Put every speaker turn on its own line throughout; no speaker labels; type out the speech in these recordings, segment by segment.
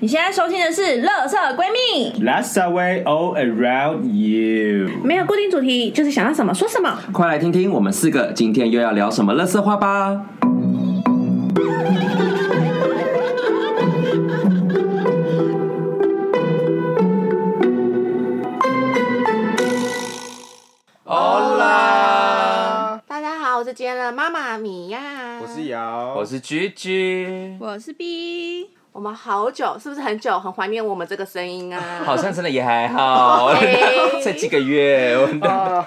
你现在收听的是《乐色闺蜜》，
Let's away all around you。
没有固定主题，就是想要什么说什么。
快来听听我们四个今天又要聊什么乐色话吧！
大家好，我是今天的妈妈米娅，
我是瑶，
我是菊菊，
我是 B，
我们好久，是不是很久？很怀念我们这个声音啊！
好像真的也还好
OK，
才几个月，我们的
啊。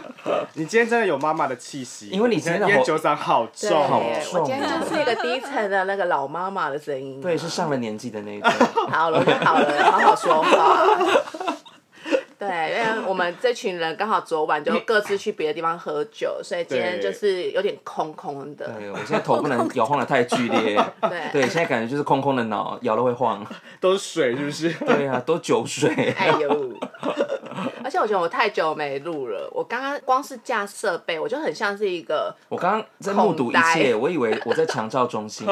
你今天真的有妈妈的气息，
因为你真的
今天
好
酒嗓好
对，
好
重。
重
我今天就是一个低沉的那个老妈妈的声 音。
对，是上了年纪的那 一种。
好了就好了，好好说话。对，因为我们这群人刚好昨晚就各自去别的地方喝酒，所以今天
对
就是有点空空的。
对，我现在头不能摇晃的太剧烈，
对
对，现在感觉就是空空的脑，摇了会 晃。
都是水是不是？
对啊，都酒水。
哎呦！而且我觉得我太久没录了，我刚刚光是架设备，我就很像是一个
我刚刚在目睹一切，
空呆
我以为我在强照中 心，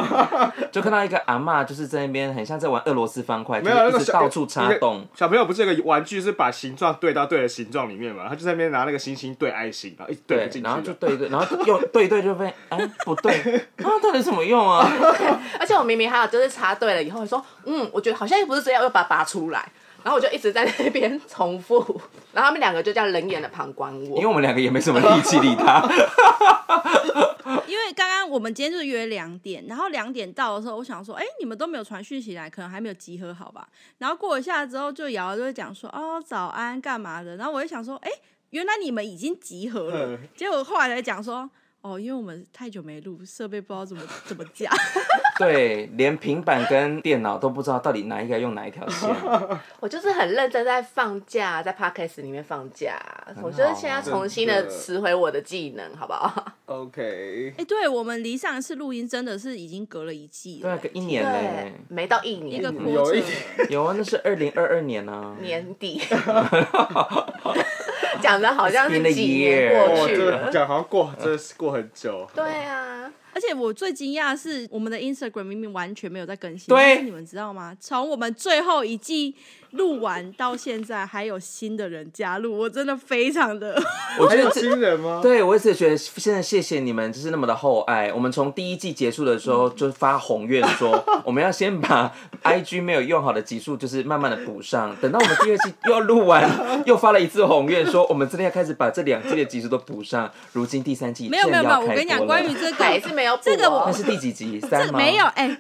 就看到一个阿嬷就是在那边很像在玩俄罗斯方块，
没有那
就
个
是一直
小
到处插洞。。
小朋友不是有个玩具是把形状对到对的形状里面嘛？他就在那边拿那个星星对爱心，然后一直对
对
不进，去
然后就
了。
对一对，然后又对一对就被哎不对， 啊到底有什么用啊？
而且我明明还有就是插队了以后，说嗯，我觉得好像也不是这样，又把它拔出来，然后我就一直在那边重复，然后他们两个就这样冷眼的旁观
因为
我。
我们两个也没什么力气理他。
因为刚刚我们今天就是约两点，然后两点到的时候，我想说，哎、你们都没有传讯息来，可能还没有集合好吧。然后过一下之后，就瑶瑶就会讲说，哦，早安，干嘛的？然后我就想说，哎、原来你们已经集合了
嗯。
结果后来才讲说，哦，因为我们太久没录，设备不知道怎么 怎么架。
对，连平板跟电脑都不知道到底哪一个用哪一条 线。
我就是很认真在放假，在 podcast 里面放假，
啊
我就是现在重新
真
的
的
拾回我的技能，好不好？
OK，
哎、对我们离上一次录音真的是已经隔了一季
对
了，
啊，隔一年
对
嘞，，
没到一
一个
年
波
有
折
一。
有啊，那是二零二二年啊呢。
年底，讲的好像是
It's been a
几年过
哦，
去
这
了
个。讲好像过，真的是过很久。
对啊，
而且我最惊讶的是，我们的 Instagram 明明完全没有在更新，
对
但是你们知道吗？从我们最后一季录完到现在，还有新的人加入，我真的非常的
我
还
觉
有
得这
新人吗？
对，我一直觉得现在谢谢你们，就是那么的厚爱。我们从第一季结束的时候就发宏愿 说，我们要先把 IG 没有用好的集数，就是慢慢的补上。等到我们第二季又要录 完，又发了一次宏愿说，我们真的要开始把这两季的集数都补上。如今第三季
没有没有没有，我跟你讲，关于这
这
还
个。
是没有补哦。
这个
那
我
是第几集？三
这
吗？
没有哎、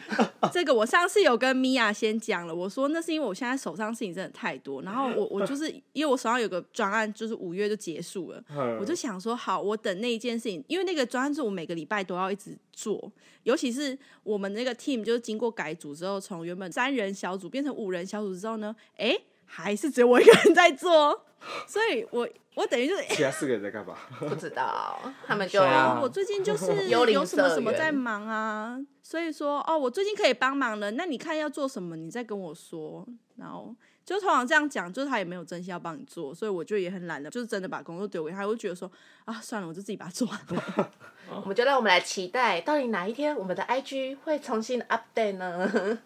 这个我上次有跟米娅先讲了，我说那是因为我现在手上事情真的太多，然后我我就是因为我手上有个专案，就是五月就结束了，
嗯
我就想说，好，我等那一件事情，因为那个专案是我每个礼拜都要一直做，尤其是我们那个 team 就是经过改组之后，从原本三人小组变成五人小组之后呢，哎、还是只有我一个人在做，所以我我等于就是。
其他四个人在干嘛？
不知道，他们就
谁啊
我最近就是
幽灵
有什么
社
什么
员
在忙啊，所以说哦，我最近可以帮忙了，那你看要做什么，你再跟我说。然后就通常这样讲，就是他也没有真心要帮你做，所以我就也很懒得，就是真的把工作丢给他，我就觉得说啊，算了，我就自己把它做完吧。
我们就让我们来期待，到底哪一天我们的 IG 会重新 update 呢？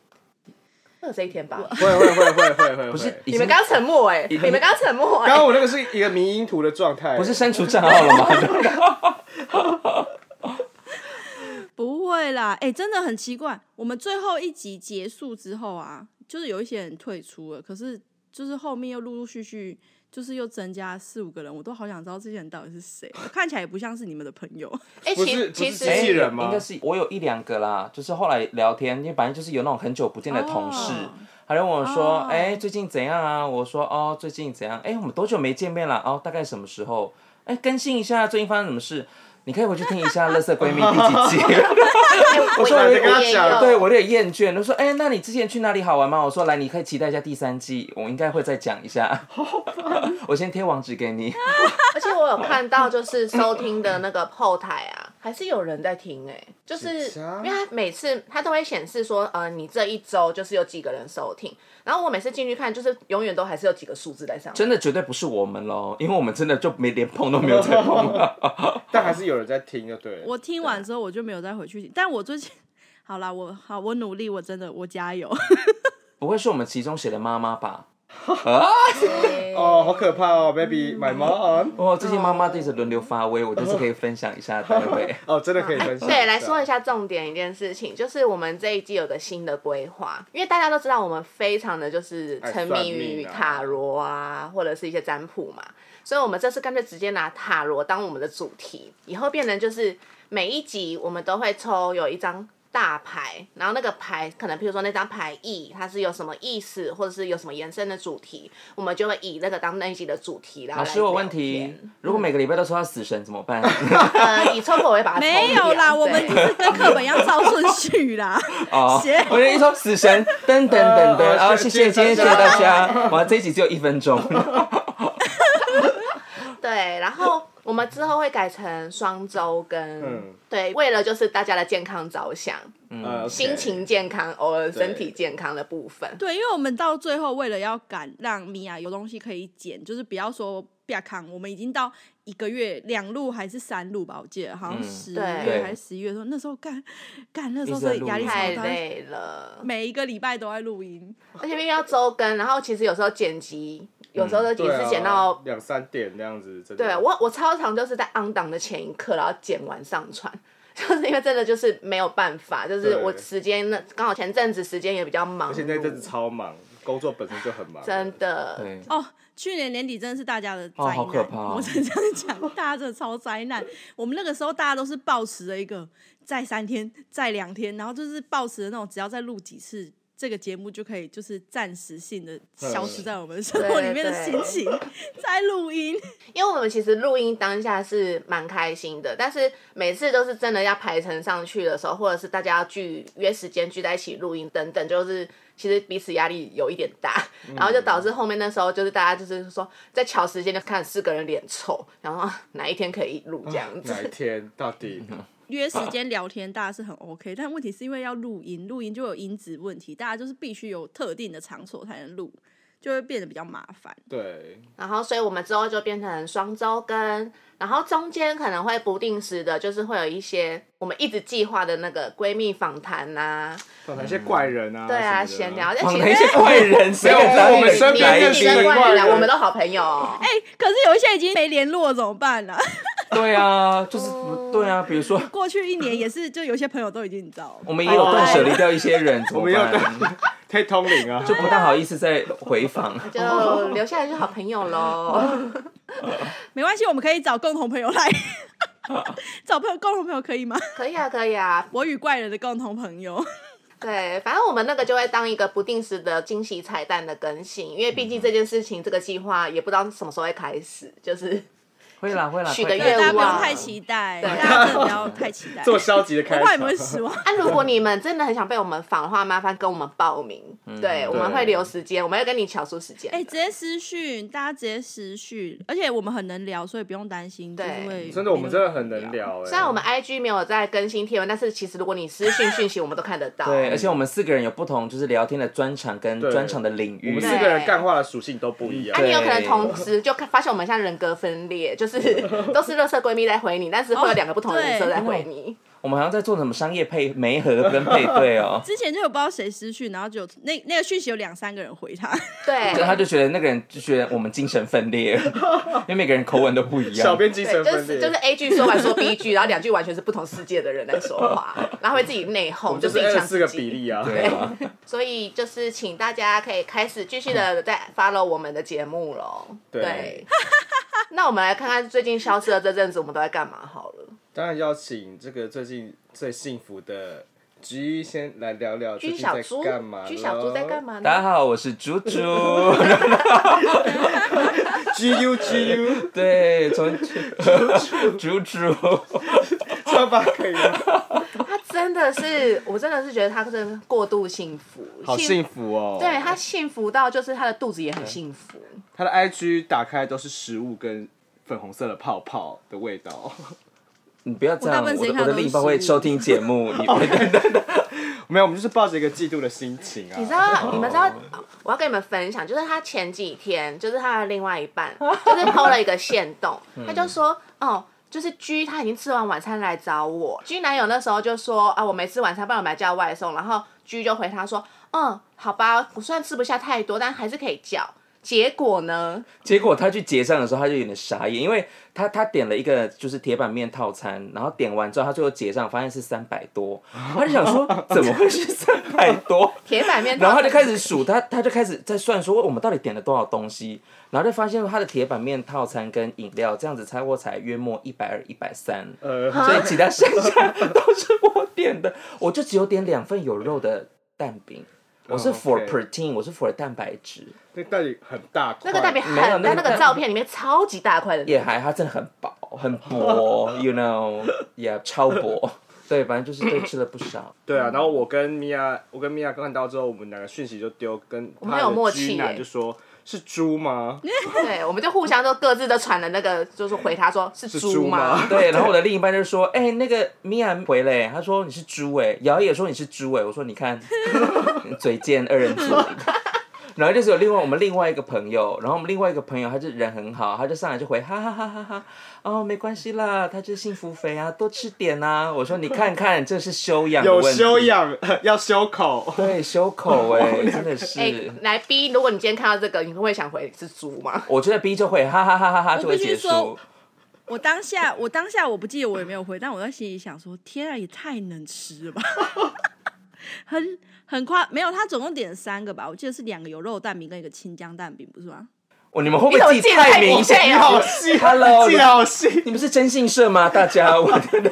会有这一天吧？
会会会会会会，
不是已
你
经
们刚沉默哎、
已经
你们刚沉默哎、
刚刚我那个是一个迷音图的状态，
不是删除账号了 吗？
不会啦，哎、真的很奇怪，我们最后一集结束之后啊，就是有一些人退出了，可是就是后面又陆陆续续。就是又增加四五个人，我都好想知道这些人到底是谁，看起来也不像是你们的朋友。
哎、
不是不是机
其其
器
实
人吗
哎应该是我有一两个啦，就是后来聊天，因为反正就是有那种很久不见的同事，他就问我说
哦：“
哎、最近怎样啊？”我说：“哦，最近怎样？哎、我们多久没见面了？哦，大概什么时候？哎、更新一下最近发生什么事。”你可以回去听一下《乐色闺蜜》第几集。
我
说
也
我跟他
也
讲
有
对我有点厌倦，他说：“哎、那你之前去哪里好玩吗？”我说：“来，你可以期待一下第三季，我应该会再讲一下。”我先贴网址给你。
而且我有看到，就是收听的那个后台啊，还是有人在听哎、就是
是啊
因为他每次他都会显示说，呃，你这一周就是有几个人收听，然后我每次进去看，就是永远都还是有几个数字在上面。
真的绝对不是我们喽，因为我们真的就没连碰都没有再碰了。
但还是有人在听，就对了。
我听完之后我 就没有再回去听，但我最近好啦，我好，我努力，我真的我加油。
不会是我们其中谁的妈妈吧？
哦，好可怕哦，baby
嗯
my mom。
哦，这些妈妈都一直轮流发威，我就是可以分享一下，待 会。
哦，真的可以分享。
对，来说一下重点一件事情，就是我们这一季有个新的规划，因为大家都知道我们非常的就是沉迷于塔罗啊，或者是一些占卜嘛，所以我们这次干脆直接拿塔罗当我们的主题，以后变成就是每一集我们都会抽有一张。大牌，然后那个牌可能，譬如说那张牌意，它是有什么意思，或者是有什么延伸的主题，我们就会以那个当那一集的主题然后
老
来
师，我
聊
问题
天，
如果每个礼拜都抽到死神怎么办？
呃，你抽过我会把它抽
没有啦，
掉
我们就
对
是跟课本一样照顺序啦。
哦
邪，
我就一说死神，噔噔噔噔，
呃
啊，谢
谢
谢
谢
今天谢谢大家，哇，这一集只有一分钟，
对，然后我们之后会改成双周更，
嗯
对，为了就是大家的健康着想，
呃，
心情健康，偶尔身体健康的部分。
对，因为我们到最后为了要赶让米娅有东西可以剪，就是不要说不要看，我们已经到一个月两路还是三路吧，我记得好像
嗯
十
对
月还是十一月的时候，那时候干干那时候
一直在
是
录
压力
音
超
太
大，
累了，
每一个礼拜都在录音。
而且因为要周更，然后其实有时候剪辑，有时候
对
也
啊
是剪到，
两三点这样子，真的。
对,、我我超常就是在 on 档的前一刻，然后剪完上传。 就是因为真的就是没有办法，就是
对
我时间那刚好前阵子时间也比较忙
而
碌，
且那阵子超忙，工作本身就很忙。
真的
对，
哦，去年年底真的是大家的灾
哦
难，
好可怕哦
我只能这样讲，大家真的超灾难。我们那个时候大家都是抱持了一个再三天、再两天，然后就是抱持的那种，只要再录几次。这个节目就可以就是暂时性的消失在我们生活里面的心情，在录音，
因为我们其实录音当下是蛮开心的，但是每次都是真的要排程上去的时候，或者是大家要聚约时间聚在一起录音等等，就是其实彼此压力有一点大，
嗯
然后就导致后面那时候就是大家就是说在瞧时间就看四个人脸臭，然后 啊哪一天可以录这样子。
啊哪一天到 底？
约时间聊天，大家是很 OK，但问题是因为要录音，录音就有音质问题，大家就是必须有特定的场所才能录，就会变得比较麻烦。
对，
然后，所以我们之后就变成双周更，然后中间可能会不定时的，就是会有一些我们一直计划的那个闺蜜访谈呐、
访谈一些怪人啊，哦
对啊，
什么的
闲聊。。但
往
其
那
实
些怪人，谁敢找
我们身边
来
的
一
你
起
人？
身外
怪
人，我们都好朋友哦。
哎、可是有一些已经没联络，怎么办呢、
对啊，就是不对啊，比如说
过去一 年也是，就有些朋友都已经你知道，
我们也有断舍离掉一些人，怎
我
么
们要
办？
可以通灵啊，
就不大好意思再回访。
就留下来就是好朋友喽。
没关系，我们可以找共同朋友来，找朋友共同朋友可以吗？
可以啊，可以啊，
我与怪人的共同朋友，
对，反正我们那个就会当一个不定时的惊喜彩蛋的更新，因为毕竟这件事情、这个计划也不知道什么时候会开始，就是
会啦会啦，
许个
快
愿
大
点
家不用
望
太期待，
哎对
大家真的不要太期 待，
这么
我
消极的开
怕你
场
们会。失望。
啊，如果你们真的很想被我们访的话，麻烦跟我们报名，对，我们会留时间，我们会跟你巧出时间。
哎、直接私讯，大家直接私讯，而且我们很能聊，所以不用担心，就是
对
会。
真的，我们真的很能。聊哎。
虽然我们 IG 没有在更新贴文，但是其实如果你私讯讯息，我们都看得到。
对，而且我们四个人有不同，就是聊天的专长跟
对
专长的领
我
域
们。四个人干话的属性都不一样
啊，。你有可能
对
同时就看发现我们现在人格分裂，就是 都是热色闺蜜在回你，但是会有两个不同的人设在回你。
我们好像在做什么商业配媒合跟配对哦
之前就有不知道谁私讯，然后就那那个讯息有两三个人回他，
对，
就他就觉得那个人就觉得我们精神分裂，因为每个人口吻都不一
小
样。
编精
对，
神
就
分
是
裂，
就是 A 句说完说 B 句，然后两句完全是不同世界的人在说 话，然后会自己内
我
讧，
们就是
自己
二
呛
十四
自
个
己
比。例啊。
对啊，
所以就是请大家可以开始继续的在 follow 我们的节目喽。
对
对， 那我们来看看最近消失的这阵子我们都在干嘛好了。
当然要请这个最近最幸福的菊先来聊聊最
居
近
小
在
猪
干嘛。
居小猪在干？嘛
大家
呢？
好，我是猪猪。
居 U 居 U，
对，从猪猪，
这把可以吗？
他真的是，我真的是觉得他真的过度幸福，
好幸福哦。
对他幸福到就是他的肚子也很幸福。
他的 IG 打开都是食物跟粉红色的泡泡的味道。
你不要
我
这
大
样，
部
我
分时
的
间看到
我的
都是
另一半会收听节目，你会
没有，我们就是抱着一个嫉妒的心情啊。
你知道，你们知道，我要跟你们分享，就是他前几天，就是他的另外一半， 就是抛了一个线动，他就说，哦。就是居他已经吃完晚餐来找我，居男友那时候就说啊我没吃晚餐，帮我买叫外送，然后居就回他说嗯，好吧，我虽然吃不下太多，但还是可以叫。结果呢？
结果他去结账的时候，他就有点傻眼，因为他他点了一个就是铁板面套餐，然后点完之后，他最后结账发现是三百多，他就想说怎么会是三百多？
铁板面，
然后他就开始数，他他就开始在算说我们到底点了多少东西，然后就发现他的铁板面套餐跟饮料这样子猜我才约莫一百二一百三，
呃，
所以其他剩下都是我点的，我就只有点两份有肉的蛋饼，我是
哦
for
，OK
protein，我是 for 蛋白质。
那到底很大块，
那个代表
没有
很
那
大，
个
那个照片里面超级大块的
也还它真的很薄很薄 ，you know，yeah，超薄。 对，反正就是对吃了不少。
对啊，然后我跟米娅，我跟米娅看到之后，我们两个讯息就丢，跟
们
他
很有默
的
契
居男
耶
就说是猪吗？
对，我们就互相都各自都传了那个，就是回他说是
是
猪
猪
吗
吗？
对，然后我的另一半就说：“哎、那个米娅回来，他说你是猪哎、姚也说你是猪哎、我说：“你看，嘴贱二人组。” 然后就是有另外我们另外一个朋友，然后我们另外一个朋友他就人很好，他就上来就回哈哈哈哈哈，哦没关系啦，他就是幸福肥啊，多吃点啊。我说你看看，这是修养，
有修。养， 哦要修口。
对，修口哎、真的是。
哎、来 B，如果你今天看到这个，你会不会想回是猪吗？
我觉得 B 就会哈哈哈哈哈
我
就会
必须
结束
说。我当下，我当下我不记得我有没有回，但我在心里想说：天啊，也太能吃了 吧！很很夸，没有，他总共点了三个吧，我记得是两个有肉蛋饼跟一个清江蛋饼，不是吗？
哦，你们会不
你怎么
会记
记得太
太明
明
显？
显
你
啊
好细
Hello，
你好细。
你们是真信社吗？大家，我的
因为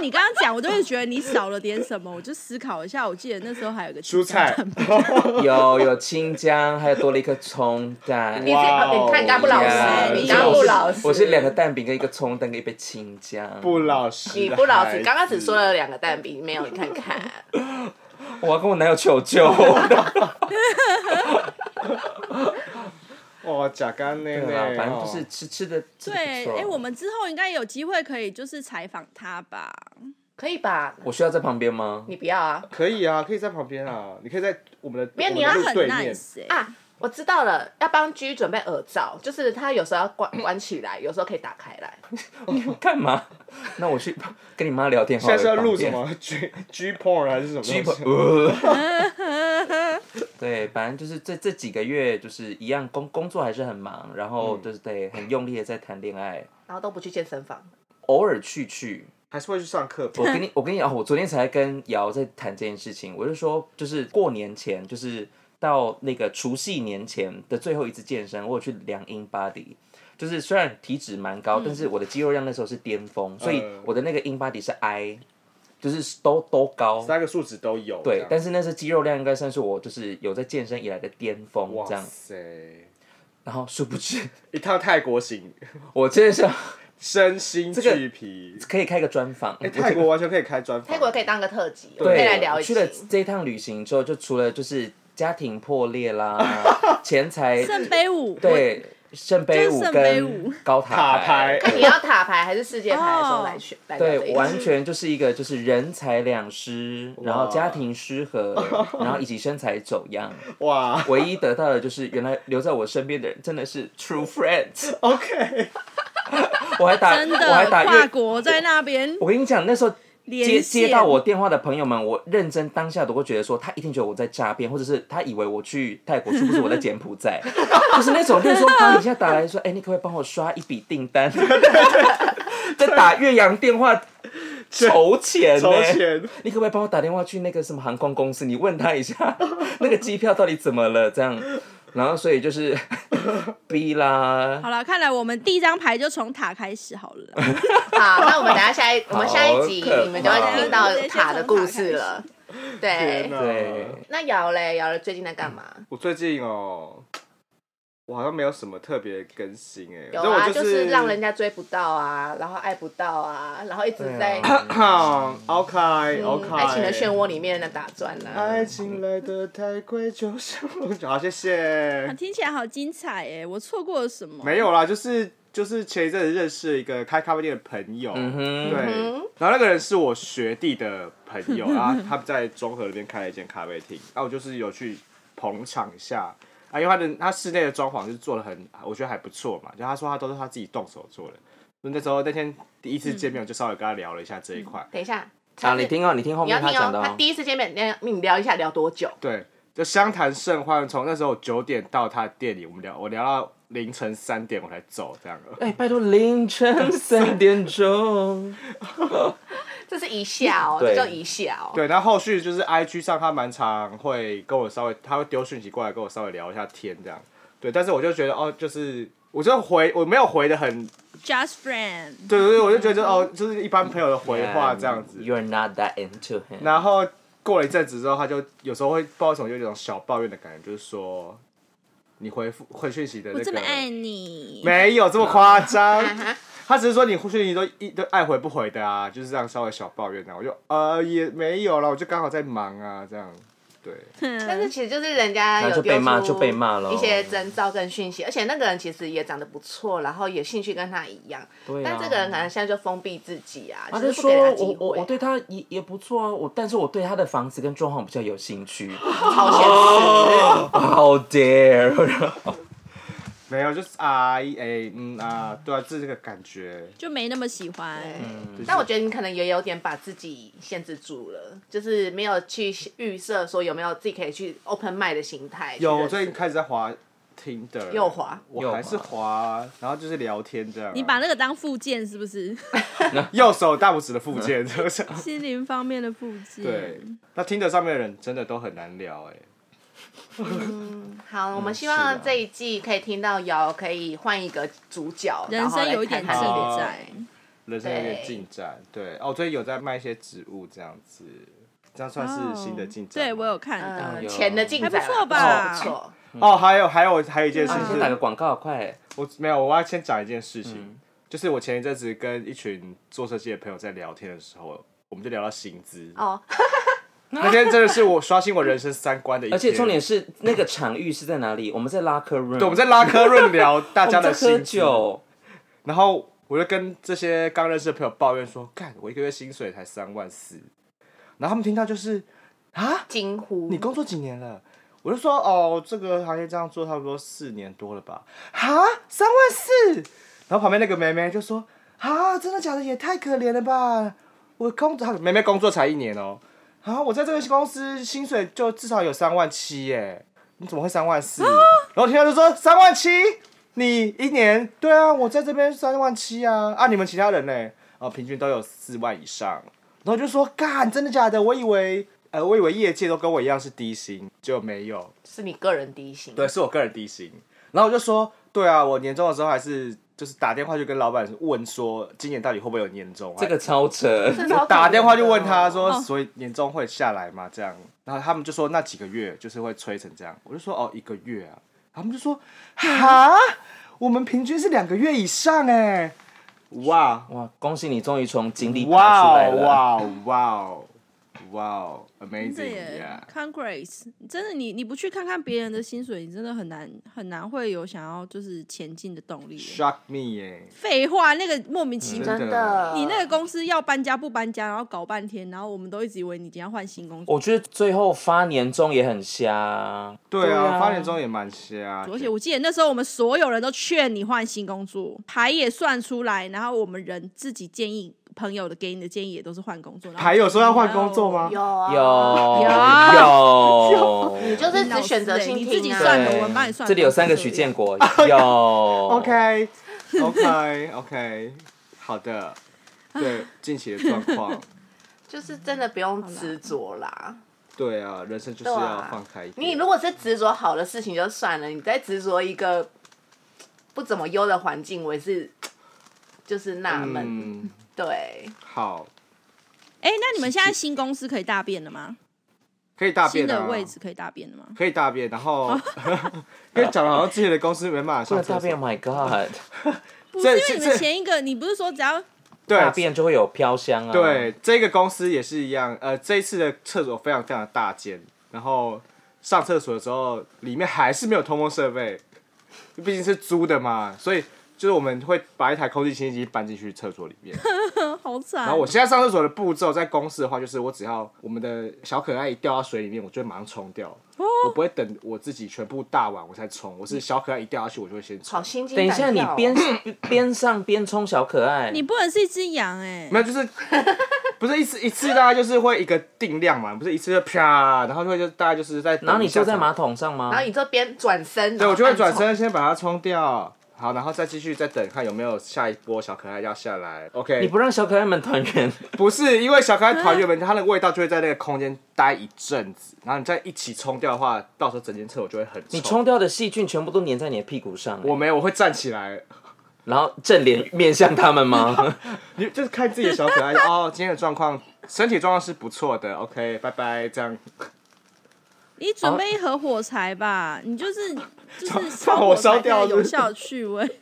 你刚刚讲，我就会觉得你少了点什么，我就思考一下。我记得那时候还有个
蔬菜，
有有青姜，还有多了一颗葱蛋。
你这、
哇哦
你看你刚不老实，
呀
你刚不老实，
我哦是两个蛋饼跟一个葱蛋跟一杯青姜。
不老实，
你不老实，刚刚只说，了两个蛋饼，没有你看看，
我要跟我男友求救。
哇，假干呢
对啦，
呢，
反正就是
哦
吃吃的吃的
对，
不错。
哎、我们之后应该有机会可以就是采访他吧？
可以吧？
我需要在旁边吗？
你不要啊
可以啊，可以在旁边啊，你可以在我们的
没有
我
你
们的
要
路
很
对面，
nice 哎、
啊！我知道了，要帮 G 准备耳罩，就是他有时候要关关起来，有时候可以打开来。
干嘛？那我去 跟你妈聊天好
现
了。
在是要录
旁边
什 么 G G porn 还是什么东
鸡婆
西？
呃 对，反正就是这这几个月就是一样工工作还是很忙，然后
嗯
就是得很用力的在谈恋爱，
然后都不去健身房，
偶尔去去。
还是会去上课吧？
我 跟你我跟你讲，我昨天才跟瑶在谈这件事情，我就说就是过年前就是。到那个除夕年前的最后一次健身，我有去量 in body，就是虽然体脂蛮高，但是我的肌肉量那时候是巅峰，所以
嗯
我的那个 in body 是 I，就是都都高，
三个数值都有，这
对
样，
但是那是肌肉量应该算是我就是有在健身以来的巅峰这
哇
样。
塞，
然后殊不知，
一趟泰国行，
我真的是
身心
这个
俱疲。
可以开个专访。
哎、泰国完全可以开专访，
泰国可以当个特辑，我们
对，
可以来聊一
去
期。
了这一趟旅行之后，就除了就是家庭破裂啦，钱财
圣杯舞，
啊对圣杯舞
就是圣杯舞
跟高塔
塔牌，
看你要塔牌还是世界牌的时候
哦
来选，来聊这
对，
一
完
期
全就是一个就是人财两失，然后
哇
家庭失和， 然后以及身材走样。
哇
唯一得到的就是原来留在我身边的人真的是 true friends。
，OK，
我还打，
真
我还
的
打
跨
越
国在那边
我跟你讲，那时候接
连
接
线
到我电话的朋友们，我认真当下都会觉得说，他一定觉得我在诈骗，或者是他以为我去泰国，是不是我在柬埔寨？ 就是那种，就是说，他一下打来说，哎、你可不可以帮我刷一笔订单？ 在打岳阳电话筹钱呢、
筹钱，
你可不可以帮我打电话去那个什么航空公司？你问他一下， 那个机票到底怎么了？这样，然后所以就是 逼啦，
好了，看来我们第一张牌就从塔开始好了啦。
好，那我们等一下下一，我们下一集
好可怕
你们就会听到塔的故事了。对
天，哪！
对，
那瑶嘞，瑶嘞最近在干嘛？
我最近哦，我好像没有什么特别更新哎、
有
所以
啊，
我
就是
是
让 人家追不到啊，然后爱不到啊，然后一直在
对啊
OK
嗯
OK，
爱情的漩涡里面的打转啊呢。
爱情来的太快，就像梦 想。好，谢
啊
谢。
听起来好精彩哎、我错过了什么？
没有啦，就是就是前一阵子认识了一个开咖啡店的朋友，
嗯哼，
对，然后那个人是我学弟的朋 友，啊，他在中和那边开了一间咖啡厅，然后我就是有去捧场一下啊，因为他的他室内的装潢是做的很，我觉得还不错嘛，就他说他都是他自己动手做的，那那时候那天第一次见面，我就稍微跟他聊了一下这一块，
等一下，
啊，你听哦，你听后
你要
面他
听哦
讲的，
他
哦。
第一次见面，那你聊一下聊多久？
对，就相谈甚欢，从那时候九点到他的店里，我们聊，我聊到凌晨三点我才走，这样。
哎、拜托，凌晨三点 钟，
这是一下哦，这
对
叫一下哦。
对，然后后续就是 I G 上他蛮常会跟我稍微，他会丢讯息过来跟我稍微聊一下天这样。对，但是我就觉得哦，就是我就回我没有回的很，
，just friend，
对对对，我就觉得就哦，就是一般朋友的回话这样子。
Um, You're not that into him。
然后过了一阵子之后，他就有时候会不知道为什么有一种小抱怨的感觉，就是说你回复回讯息的那
我
个
这么爱你，
没有这么夸张
哈，
他只是说你回讯息都一都爱回不回的啊，就是这样稍微小抱怨的、我就呃也没有了，我就刚好在忙啊，这样对。
但是其实就是人家
那
有
就被骂
丢出
就被骂咯
一些征兆跟讯息，而且那个人其实也长得不错，然后也兴趣跟他一样，
对啊
但这个人可能现在就封闭自己啊，
他
就
就是说
不给他
我
机
我我
会，
对他也也不错啊，我但是我对他的房子跟装潢比较有兴 趣。
好现实。
How dare！
没有，就是啊，哎、嗯啊，对啊，这是个感觉。
就没那么喜欢。
就是
但我觉得你可能也有点把自己限制住了，就是没有去预设说有没有自己可以去 open mind 的心态。
有，
去
我
认识
最近开始在滑听的，
右滑
我还是
右
滑啊，然后就是聊天这样啊、
你把那个当附件是不 是？
右手大拇指的附 件，是不是？
心灵方面的附件。
对，那听的上面的人真的都很难聊哎、
好，我们希
是啊
望这一季可以听到瑶可以换一个主角，
人生有一点进
然后
哦
来
展
谈谈。
人生有点进展。对，哦，我最近有在卖一些植物这样子，这样算是新的进展。
哦对我有看到，
嗯，钱的进展
还不错吧
不错。
哦，还有还有还有一件事
你
是
先
啊
打，个广告，快！
我没有，我要先讲一件事情，
嗯
就是我前一阵子跟一群做设计的朋友在聊天的时候，我们就聊到薪资。
哦，
那天真的是我刷新我人生三观的一天，
而且重点是那个场域是在哪里？我们在拉客 room，
对，我们在拉科润聊大
我
家
们在
的
喝
薪 资，
酒，
然后我就跟这些刚认识的朋友抱怨说，干，我一个月薪水才三万四，然后他们听到就是啊，
惊呼！
你工作几年了？我就说哦，这个行业这样做差不多四年多了吧？哈，三万四。然后旁边那个妹妹就说啊，真的假的？也太可怜了吧！我工作，妹妹工作才一年哦、啊，我在这个公司薪水就至少有三万七耶，你怎么会三万四？然后听到就说三万七，你一年？对啊，我在这边三万七啊，啊，你们其他人呢？哦，平均都有四万以上。然后就说干，真的假的？我以为呃，我以为业界都跟我一样是低薪，就没有，
是你个人低薪。
对，是我个人低薪。然后我就说，对啊，我年终的时候还是就是打电话去跟老板问说，今年到底会不会有年终？
这个超扯。
这
我
超可怜的
打电话就问他说，
哦
所以年终会下来吗？这样，然后他们就说那几个月就是会催成这样，我就说哦一个月啊，他们就说哈，我们平均是两个月以上哎，哇
哇，恭喜你终于从井里爬出
哇
来
哦
了。
哇哦哇哦哇哦
真的
，amazing
耶
yeah。
，Congrats！真的，你你不去看看别人的薪水，你真的很难很难会有想要就是前进的动力耶。
Shock me 耶、
废话，那个莫名其妙，
嗯
真的，
你那个公司要搬家不搬家，然后搞半天，然后我们都一直以为你今天要换新工作，
我觉得最后发年终也很瞎。
对啊，发年终也蛮瞎。
而且我记得那时候我们所有人都劝你换新工作，牌也算出来，然后我们人自己建议朋友的给你的建议也都是换工作，然后
还有说要换工作吗？
有
哦
啊
有
哦
有，
你就是只选择性
你自己
听啊
算的，我们帮你算。
这里有三个许建 国，有。
哦 OK OK OK，好 的，对近期的状况，
就是真的不用执着啦。
对啊，人生就是
对
要
啊
放开一点。
你如果是执着好的事情就算了，你再执着一个不怎么优的环境，我也是就是纳闷。
嗯，
对，
好，
哎、那你们现在新公司可以大便了吗？
可以大
新
便啊
的位置可以大便了吗？
可以大便，然后 跟讲的好像之前的公司没办法
这
上
个
厕
大便
所，
，My God，
不是，
这
因为你
这
们前一个，你不是说只要
对。
大便就会有飘香啊。，
对，这个公司也是一样，呃，这一次的厕所非常非常的大间，然后上厕所的时候，里面还是没有通风设备，毕竟是租的嘛，所以就是我们会把一台空气清新机搬进去厕所里面，
哦好惨，
然后我现在上厕所的步骤，在公司的话，就是我只要我们的小可爱一掉到水里面，我就会马上冲掉，我不会等我自己全部大完我才冲，我是小可爱一掉下去，我就会先冲
好。心惊
等
胆
一
跳哦。
下， 你边边上边冲小可爱
你，不能是一只羊哎、
没有，就是不是一次一次大概就是会一个定量嘛，不是一次就啪，然后就会就大概就是在等一下
然后你坐在
才
马桶上吗？
然后你这边转身，
对，我就会转
然后
身先把它冲掉，好，然后再继续再等看有没有下一波小可爱要下来。
你
OK，
不让小可爱们团 圆，
不是因为小可爱团员们它的味道就会在那个空间待一阵子，然后你再一起冲掉的话，到时候整间厕所就会很臭。
你冲掉的细菌全部都粘在你的屁股上、欸
我没有，我会站起来，
然后正脸面向他们吗？
你就是看自己的小可 爱哦，今天的状况，身体状况是不错的，OK，拜拜，这样
你准备一盒火柴吧，你 就是就是
把
烧
火
柴
烧掉
更有
是不是
效趣味。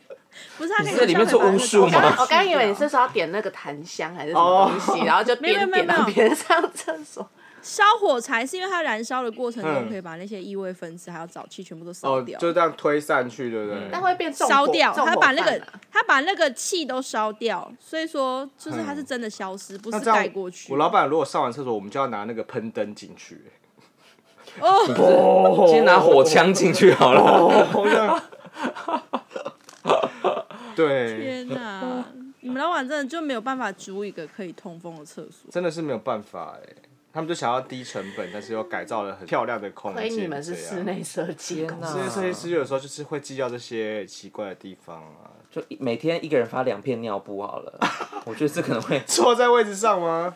不是，它可以
你在里面做巫术
我
吗
刚
吗
刚？我刚刚以为你是说要点那个檀香还是什么东西，然后就
没有
边
没有
哦
点
没有
到边上厕所。
烧火柴是因为它燃烧的过程中
嗯
可以把那些异味分子还有沼气全部都烧
哦，
掉，
就这样推散去，对不对？
但会变重火
烧掉，
重火
它把那
犯
个
啊
它把那个气都烧掉，所以说就是它是真的消失，不
嗯那
是
这
盖
样
过，去
我。老板如果上完厕所，我们就要拿那个喷灯进去。
哦，
哦
先拿火枪进去好了。
好像。对，
天
哦
哪！你们老板真的就没有办法租一个可以通风的厕所。
真的是没有办法哎、他们就想要低成本，但是又改造了很漂亮的空间。
亏你们是室内设计公
天哪
司
这样，室内设计师有时候就是会计较这些奇怪的地方啊。
就每天一个人发两片尿布好了，我觉得这可能会。
坐在位置上吗？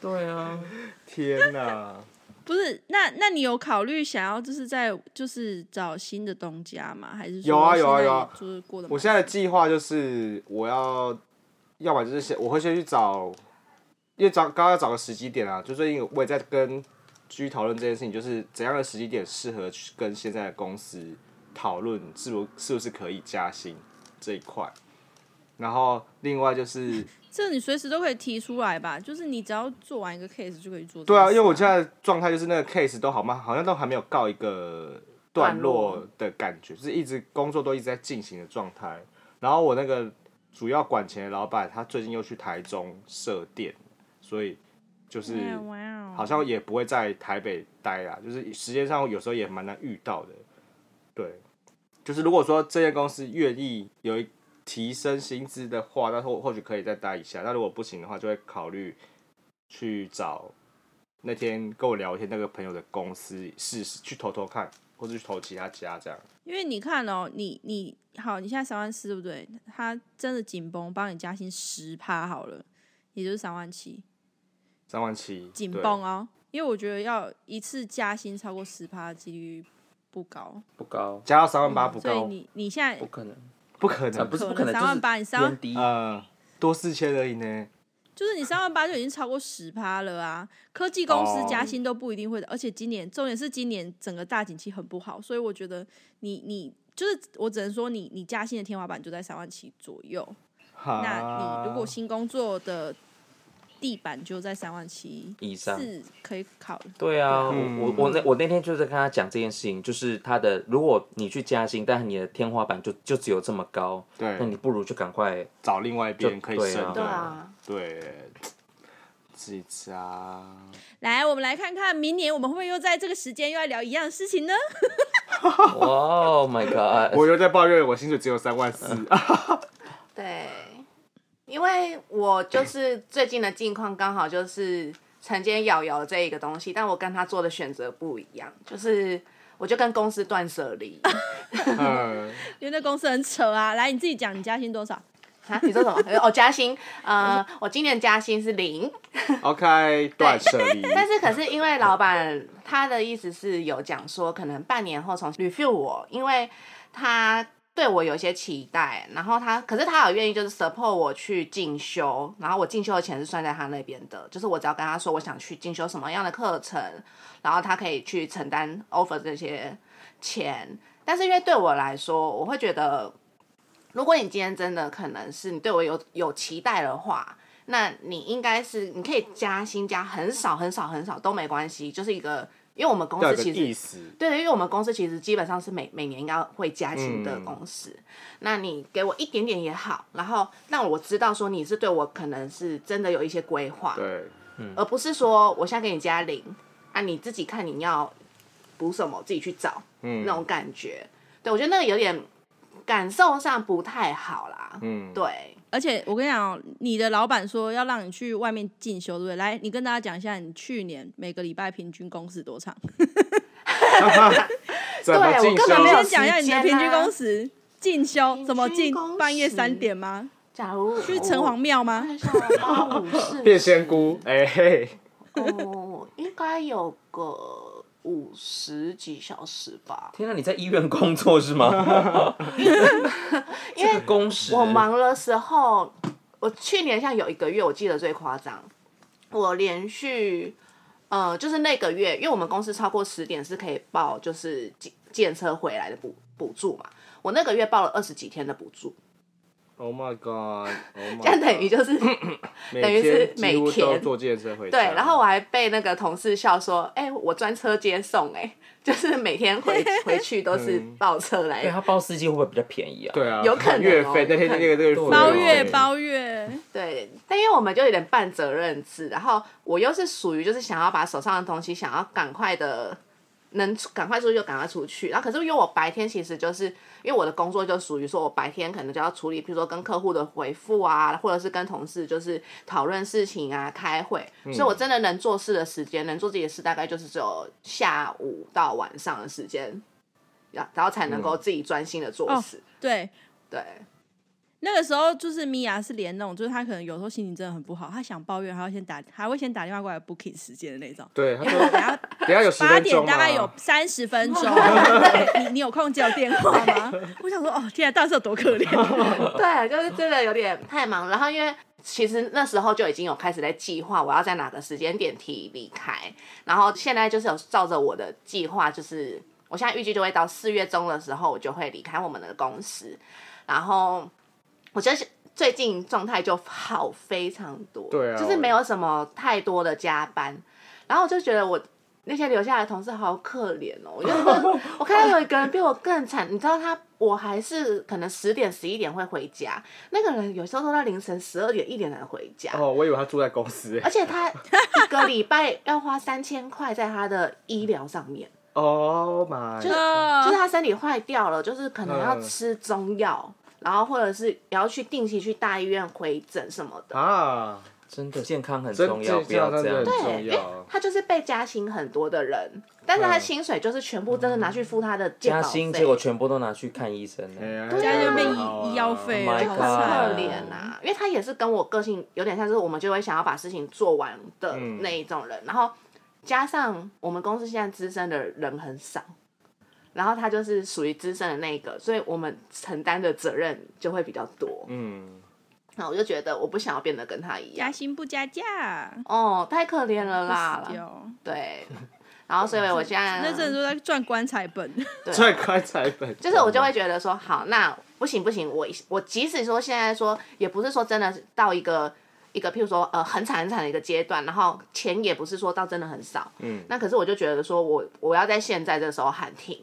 对啊，
天哪、
不是，那那你有考虑想要就是在就是找新的东家吗？还是说
有啊有啊
现在
有啊
也就是过得蛮
我现在的计划就是，我要，要么就是先，我会先去找，因为找刚刚要找个时机点啊，就最近我也在跟居讨论这件事情，就是怎样的时机点适合去跟现在的公司讨论，是不是不是可以加薪这一块。然后另外就是，
这你随时都可以提出来吧？就是你只要做完一个 case 就可以做这件事。
对啊，因为我现在的状态就是那个 case 都好嘛，好像都还没有告一个段落的感觉，就是一直工作都一直在进行的状态。然后我那个主要管钱的老板，他最近又去台中设店，所以就是
哎哇哦
好像也不会在台北待啦，就是时间上有时候也蛮难遇到的。对，就是如果说这些公司愿意有一提升薪资的话，那或或许可以再待一下。那如果不行的话，就会考虑去找那天跟我聊天那个朋友的公司试试，去投投看，或者去投其他家这样。
因为你看哦，你你好，你现在三万四对不对？他真的紧绷，帮你加薪十趴好了，也就是三万七，
三万七，
紧
对
绷哦。因为我觉得要一次加薪超过十趴的几率不高，
不高，
加到三万八不
嗯所以
高，
你你现在
不可能，
不可
啊
能，
不是不
可
可
能
能，
三万八
就是
你三万
偏低
呃，多四千而已呢。
就是你三万八就已经超过十趴了啊！科技公司
哦
加薪都不一定会的，而且今年重点是今年整个大景气很不好，所以我觉得你你就是我只能说你你加薪的天花板就在三万七左右。
哈
那你如果
啊
新工作的地板就在三万七
以上。
是可以考虑。
对啊，
嗯
我我我那我那天就是跟他讲这件事情，就是他的，如果你去加薪，但你的天花板就就只有这么高，
对
那你不如就赶快
找另外一边可以
对啊
升的，
对啊，
对，自己家
来，我们来看看明年我们会不会又在这个时间又来聊一样的事情呢？
哇，Oh my god！
我又在抱怨我薪水只有三万四，
对，因为我就是最近的境况刚好就是承接瑶瑶这一个东西，但我跟他做的选择不一样，就是我就跟公司断舍离。
嗯
因为那公司很扯啊！来，你自己讲，你加薪多少？
啊，你说什么？哦，加薪，呃，我今年加薪是零，
，OK，断舍离，
但是可是因为老板他的意思是有讲说，可能半年后重 review 我，因为他对我有一些期待，然后他可是他有愿意就是 support 我去进修，然后我进修的钱是算在他那边的，就是我只要跟他说我想去进修什么样的课程，然后他可以去承担 offer 这些钱，但是因为对我来说，我会觉得。如果你今天真的可能是你对我有有期待的话，那你应该是你可以加薪加很少很少很少都没关系，就是一个，因为我们公
要有
司
个
其实
意思，
对因为我们公司其实基本上是每每年应该会加薪的
嗯
公司。那你给我一点点也好，然后让我知道说你是对我可能是真的有一些规划，
对，
而不是说我现在给你加零，啊，你自己看你要补什么，自己去找、
嗯
那种感觉。对我觉得那个有点感受上不太好啦。
嗯，
对，
而且我跟你讲哦，你的老板说要让你去外面进修，对不对？来，你跟大家讲一下，你去年每个礼拜平均工时多长？
怎么
对我
进
根
修
本？没有
先讲一下你的
时间啊
平均工时。进修
平
怎么
均
进
工？
半夜
时
三点吗？
假如
去城 隍庙
我
吗？
看一下哦八五四
变仙姑，哎、嘿，
哦，应该有个五十几小时吧。
天啊，你在医院工作是吗？ 因为工时，
我忙的时候，我去年像有一个月，我记得最夸张，我连续，呃，就是那个月，因为我们公司超过十点是可以报就是计建车回来的补补助嘛，我那个月报了二十几天的补助，
，Oh my God，Oh my，
这样等于就是
每
等于是
天几乎
每
都
天
坐健身回家。
对，然后我还被那个同事笑说，哎、我专车接送、哎，就是每天回回去都是抱车来
对他包司机会不会比较便宜啊？
对啊，
有可能哦
月费那天那个那
哦
个
包
对
月
月费
包月，
对，但因为我们就有点半责任制，然后我又是属于就是想要把手上的东西想要赶快的能出赶快出去就赶快出去，然后可是因为我白天其实就是因为我的工作就属于说我白天可能就要处理，比如说跟客户的回复啊，或者是跟同事就是讨论事情啊、开会，所以我真的能做事的时间，能做自己的事大概就是只有下午到晚上的时间，然然后才能够自己专心的做
哦
事，
对，
对。
那个时候就是米娅是连那种，就是她可能有时候心情真的很不好，她想抱怨，还要先打，还会先打电话过来 booking 时间的那种。
对，他
然
说
后等下
等一下有十
八
分
点
钟啊
啊
大概有
吗
三十分 钟，对你你有空接我电话吗？ 我想说，哦，天啊，当时有多可 怜。
对，就是真的有点太忙。然后因为其实那时候就已经有开始在计划我要在哪个时间点提离开，然后现在就是有照着我的计划，就是我现在预计就会到四月中的时候，我就会离开我们的公司。然后我觉得是最近状态就好非常多，
对啊
就是没有什么太多的加班。然后我就觉得我那些留下来的同事好可怜哦，我就觉 得我看到有一个人比我更惨，你知道他，我还是可能十点十一点会回家，那个人有时候都到凌晨十二点一点才回家，
哦，我以为他住在公司
而
欸
且他一个礼拜要花三千块在他的医疗上面，
，Oh my，
就是 就是他身体坏掉了，就是可能要
嗯
吃中药，然后或者是也要去定期去大医院回诊什么的。
啊，
真的健康很
真
重要，
这
不要这样
真的。很
对，
重
因
要
为他就是被加薪很多的人，但是他
嗯
薪水就是全部真的拿去付他的健
加
保
薪，
费
结果全部都拿去看医生
哎
了。
呀
对啊
家就变
好啊
医医药费
Oh
了，
my
好
好可
惨
怜
哦。
啊！因为他也是跟我个性有点像是，我们就会想要把事情做完的
嗯
那一种人，然后加上我们公司现在资深的人很少，然后他就是属于资深的那一个，所以我们承担的责任就会比较多。
嗯，
那我就觉得我不想要变得跟他一
加
样，
薪不加价，
哦，太可怜了
会死
啦，嗯
掉
对。然后所以我现在
哦 那真的都在赚棺材本。
对
最快彩本，
就是我就会觉得说，好，那不行不行，我我即使说现在说，也不是说真的是到一个一个，譬如说呃很惨很惨的一个阶段，然后钱也不是说到真的很少，
嗯
那可是我就觉得说我我要在现在这时候喊停，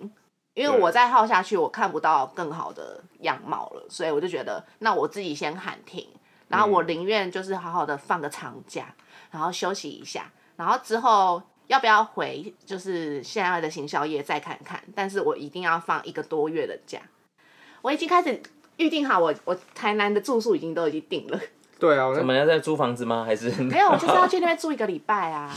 因为
对
我再耗下去，我看不到更好的样貌了，所以我就觉得，那我自己先喊停，然后我宁愿就是好好的放个长假，然后休息一下，然后之后要不要回就是现在的行销业再看看，但是我一定要放一个多月的假，我已经开始预定好我我台南的住宿已经都已经定了，
对啊，我
我们要在租房子吗？还是
没有，我就是要去那边住一个礼拜啊。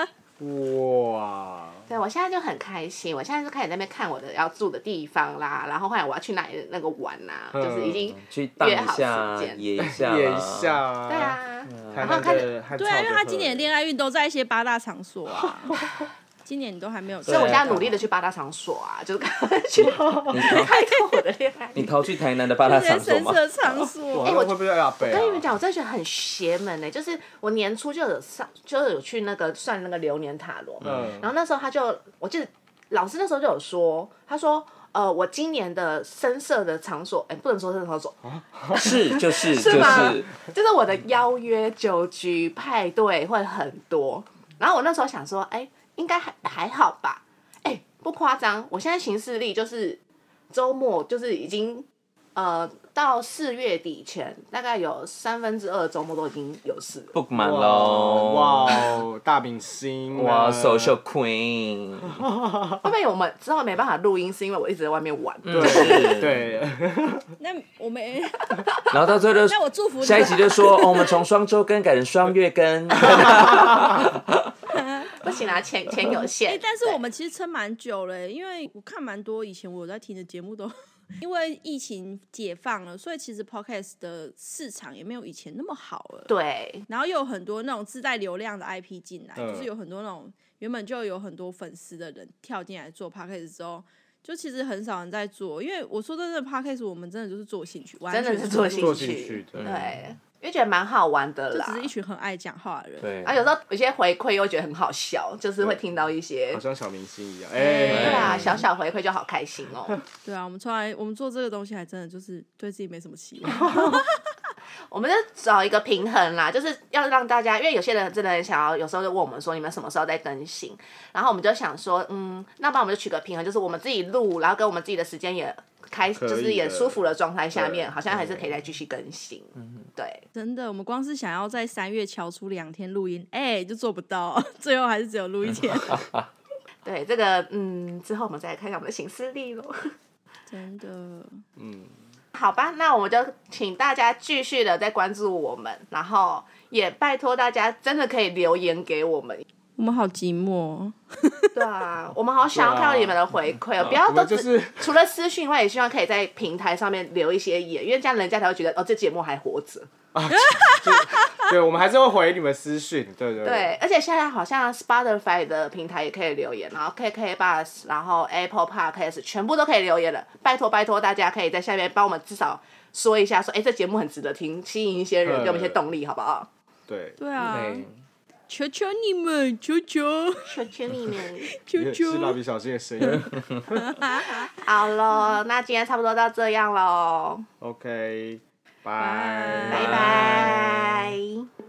那哇，
对，我现在就很开心，我现在就开始在那边看我的要住的地方啦，然后后来我要去哪里那个玩啦、
嗯
就是已经
去荡
约
一
好
下
时、间
野一下、啊
演一。下，
对，啊，
台
然后
南
开
的
始，
汉
对啊，
草
因为
就
他
会
今年恋爱运都在一些八大场所 啊，今年你都还没有去。
所以我
对
现
啊
在努力的去八大场所啊，就是赶快去开拓我的恋爱。
你逃去台南的八大
这些
场所
深
吗？
色场所，
哇，
哎我
那会不会阿北？
跟你们，讲，我真的觉得很邪门呢、欸就是我年初就有上，就有去那个算那个流年塔罗嘛，
嗯
然后那时候他就，我记得老师那时候就有说，他说，呃，我今年的深色的场所，哎、不能说深色场所，
是就是就是
吗
是，
就是我的邀约、酒局、派对会很多。然后我那时候想说，哎、应该还还好吧？哎、不夸张，我现在行事历就是周末就是已经。呃，到四月底前，大概有三分之二的周末都已经有事了。
book 满喽，
哇哦，大明星，啊
哇，social queen，
哦
后面我们之后没办法录音，是因为我一直在外面玩。
嗯
对对，
那我们
然后到最后就
那我祝福你
下一集就说，哦，我们从双周更改成双月更，
不行 啦，钱钱有限。
哎、但是
对
我们其实撑蛮久了、因为我看蛮多以前我有在听的节目都。 因为疫情解放了，所以其实 podcast 的市场也没有以前那么好了。
对
然后又有很多那种自带流量的 IP 进来，
嗯
就是有很多那种原本就有很多粉丝的人跳进来做 podcast 之后，就其实很少人在做。因为我说真的，podcast 我们真的就是做兴趣，完
真
全
的是做兴
做
趣，
兴趣
嗯
的
对，因为觉得蛮好玩的
就
啦
嗯只。是一群很爱讲话的人。
对
啊，有时候有些回馈又觉得很好笑，就是会
对
听到一些
好，像小明星一样，
对
哎，
啊，小小回馈就好开心哦。
对啊，我们出来我们做这个东西，还真的就是对自己没什么期望。
我们就找一个平衡啦，就是要让大家，因为有些人真的很想要，有时候就问我们说你们什么时候再更新，然后我们就想说，嗯，那不然我们就取个平衡，就是我们自己录，然后跟我们自己的时间也开，
可以
就
的
是也舒服的状态下面，
对嗯
好像还是可以再继续更新。对，
真的，我们光是想要在三月敲出两天录音，哎、就做不到， 最后还是只有录一天。
对，这个嗯，之后我们再来看一下我们的行事历喽。
真的，
好吧，那我们就请大家继续的再关注我们，然后也拜托大家真的可以留言给我们。
我们好寂寞。哦
对啊，我们好想要看到你们的回馈哦，不要
啊我
都
们
只、
就是
除了私讯以外，也希望可以在平台上面留一些言，因为这样人家才会觉得哦，这节目还活着。
对，我们还是会回你们私讯，对对
对，而且现在好像 Spotify 的平台也可以留言，然后 KK Bus，然后 Apple Podcast 全部都可以留言了。拜托拜托，大家可以在下面帮我们至少说一下说，哎，这节目很值得听，吸引一些
嗯
人，给我们一些动力，好不好？
对
对啊，
对
求求你们，求求，
求求你们。
求
对，是蜡
求。
笔小新的声音。
好喽，那今天差不多到这样喽，
OK，
拜
拜
拜拜。